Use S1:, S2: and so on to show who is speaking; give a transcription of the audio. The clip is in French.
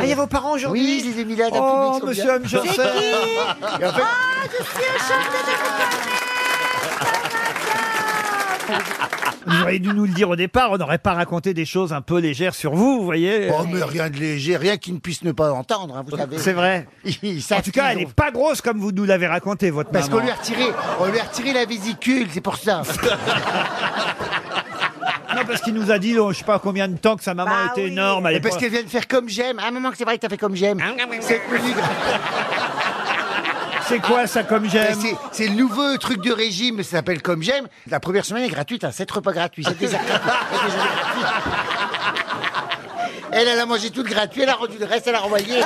S1: il y a vos parents aujourd'hui
S2: Oui, je les ai mis là, la
S1: Oh,
S2: publique, ils
S1: monsieur
S2: sont
S1: Ah,
S2: bien.
S1: M. Janssen
S2: Et en fait,
S1: Vous auriez dû nous le dire au départ, on n'aurait pas raconté des choses un peu légères sur vous, vous voyez
S2: oh, mais rien de léger, rien qu'ils ne puissent ne pas entendre, hein, vous savez.
S1: C'est vrai.
S2: Ils
S1: En
S2: savent
S1: tout cas,
S2: qu'ils
S1: elle n'est
S2: ont-
S1: pas grosse comme vous nous l'avez raconté, votre
S2: Parce qu'on
S1: maman.
S2: lui a retiré, on lui a retiré la vésicule, c'est pour ça.
S1: Non, parce qu'il nous a dit, oh, je sais pas combien de temps que sa maman
S3: Bah
S1: était
S3: oui.
S1: énorme. à
S2: Et parce
S1: l'époque.
S2: qu'elle vient de faire comme j'aime. À un moment que c'est vrai que t'as fait comme j'aime.
S1: Ah,
S2: C'est devenu-
S1: C'est quoi ça comme j'aime
S2: c'est- c'est le nouveau truc de régime, ça s'appelle comme j'aime. La première semaine est gratuite, hein, 7 repas gratuits, 7 déserts gratuits, sept déjeuners gratuits. Elle, elle a mangé tout le gratuit, elle a rendu le reste, elle a renvoyé.